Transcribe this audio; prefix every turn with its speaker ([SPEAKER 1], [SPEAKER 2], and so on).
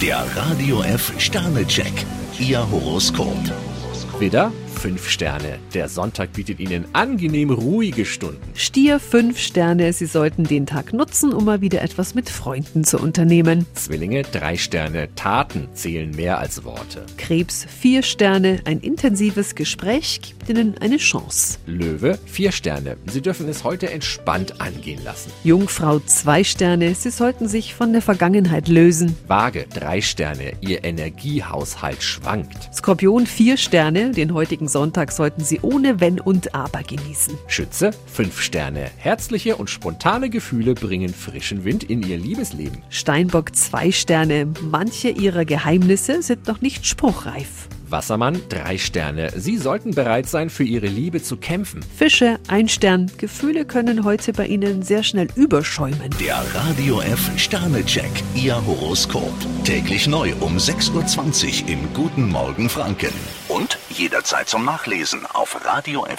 [SPEAKER 1] Der Radio F Sternecheck, Ihr Horoskop.
[SPEAKER 2] Widder, 5 Sterne. Der Sonntag bietet Ihnen angenehm ruhige Stunden.
[SPEAKER 3] Stier 5 Sterne, Sie sollten den Tag nutzen, um mal wieder etwas mit Freunden zu unternehmen.
[SPEAKER 2] Zwillinge, 3 Sterne. Taten zählen mehr als Worte.
[SPEAKER 3] Krebs 4 Sterne, ein intensives Gespräch gibt Ihnen eine Chance.
[SPEAKER 2] Löwe, 4 Sterne. Sie dürfen es heute entspannt angehen lassen.
[SPEAKER 3] Jungfrau 2 Sterne, Sie sollten sich von der Vergangenheit lösen.
[SPEAKER 2] Waage, 3 Sterne. Ihr Energiehaushalt schwankt.
[SPEAKER 3] Skorpion 4 Sterne, den heutigen Sonntag sollten Sie ohne Wenn und Aber genießen.
[SPEAKER 2] Schütze, 5 Sterne. Herzliche und spontane Gefühle bringen frischen Wind in Ihr Liebesleben.
[SPEAKER 3] Steinbock 2 Sterne, manche Ihrer Geheimnisse sind noch nicht spruchreif.
[SPEAKER 2] Wassermann, 3 Sterne. Sie sollten bereit sein, für Ihre Liebe zu kämpfen.
[SPEAKER 3] Fische 1 Stern, Gefühle können heute bei Ihnen sehr schnell überschäumen.
[SPEAKER 1] Der Radio F Sternecheck, Ihr Horoskop. Täglich neu um 6.20 Uhr im Guten Morgen Franken. Und jederzeit zum Nachlesen auf radiof.de.